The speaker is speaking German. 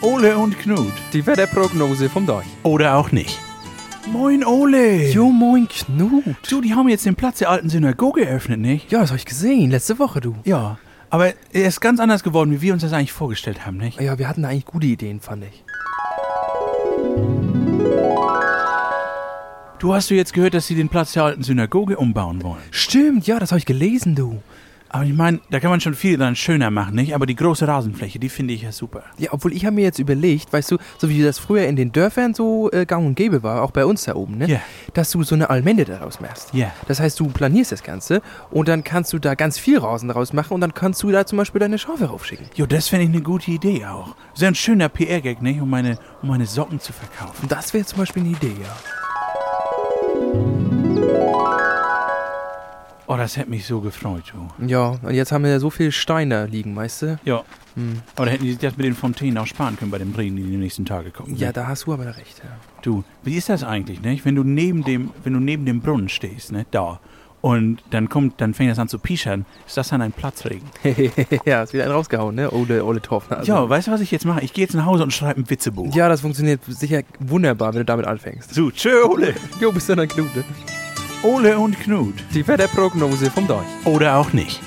Ole und Knut. Die Wetterprognose vom Deich. Oder auch nicht. Moin Ole! Jo, moin Knut. Du, die haben jetzt den Platz der alten Synagoge eröffnet, nicht? Ja, das habe ich gesehen, letzte Woche, du. Ja. Aber er ist ganz anders geworden, wie wir uns das eigentlich vorgestellt haben, nicht? Ja, wir hatten da eigentlich gute Ideen, fand ich. Du hast du jetzt gehört, dass sie den Platz der alten Synagoge umbauen wollen. Stimmt, ja, das habe ich gelesen, du. Aber ich meine, da kann man schon viel dann schöner machen, nicht? Aber die große Rasenfläche, die finde ich ja super. Ja, obwohl ich habe mir jetzt überlegt, weißt du, so wie das früher in den Dörfern so äh, gang und gäbe war, auch bei uns da oben, ne? Ja. Dass du so eine Allmende daraus machst. Ja. Das heißt, du planierst das Ganze und dann kannst du da ganz viel Rasen daraus machen und dann kannst du da zum Beispiel deine Schafe raufschicken. Jo, das finde ich eine gute Idee auch. So ein schöner PR-Gag, nicht? Um meine, um meine Socken zu verkaufen. Und das wäre zum Beispiel eine Idee, ja. Oh, das hätte mich so gefreut, du. Ja, und jetzt haben wir ja so viel Steine liegen, weißt du? Ja. Hm. Aber da hätten die sich das mit den Fontänen auch sparen können bei dem Regen, die in den nächsten Tagen kommen. Ja, nicht? da hast du aber recht, ja. Du, wie ist das eigentlich, nicht? Wenn du neben dem, wenn du neben dem Brunnen stehst, ne? Da. Und dann kommt, dann fängt das an zu pischern. Ist das dann ein Platzregen? ja, ist wieder einen rausgehauen, ne? Ole, Ole Torfner. also. ja, weißt du, was ich jetzt mache? Ich gehe jetzt nach Hause und schreibe ein Witzebuch. ja, das funktioniert sicher wunderbar, wenn du damit anfängst. So, tschö, Ole. Jo, bis dann, Knut, ne? Ole und Knut. Die Wetterprognose vom Deich. Oder auch nicht.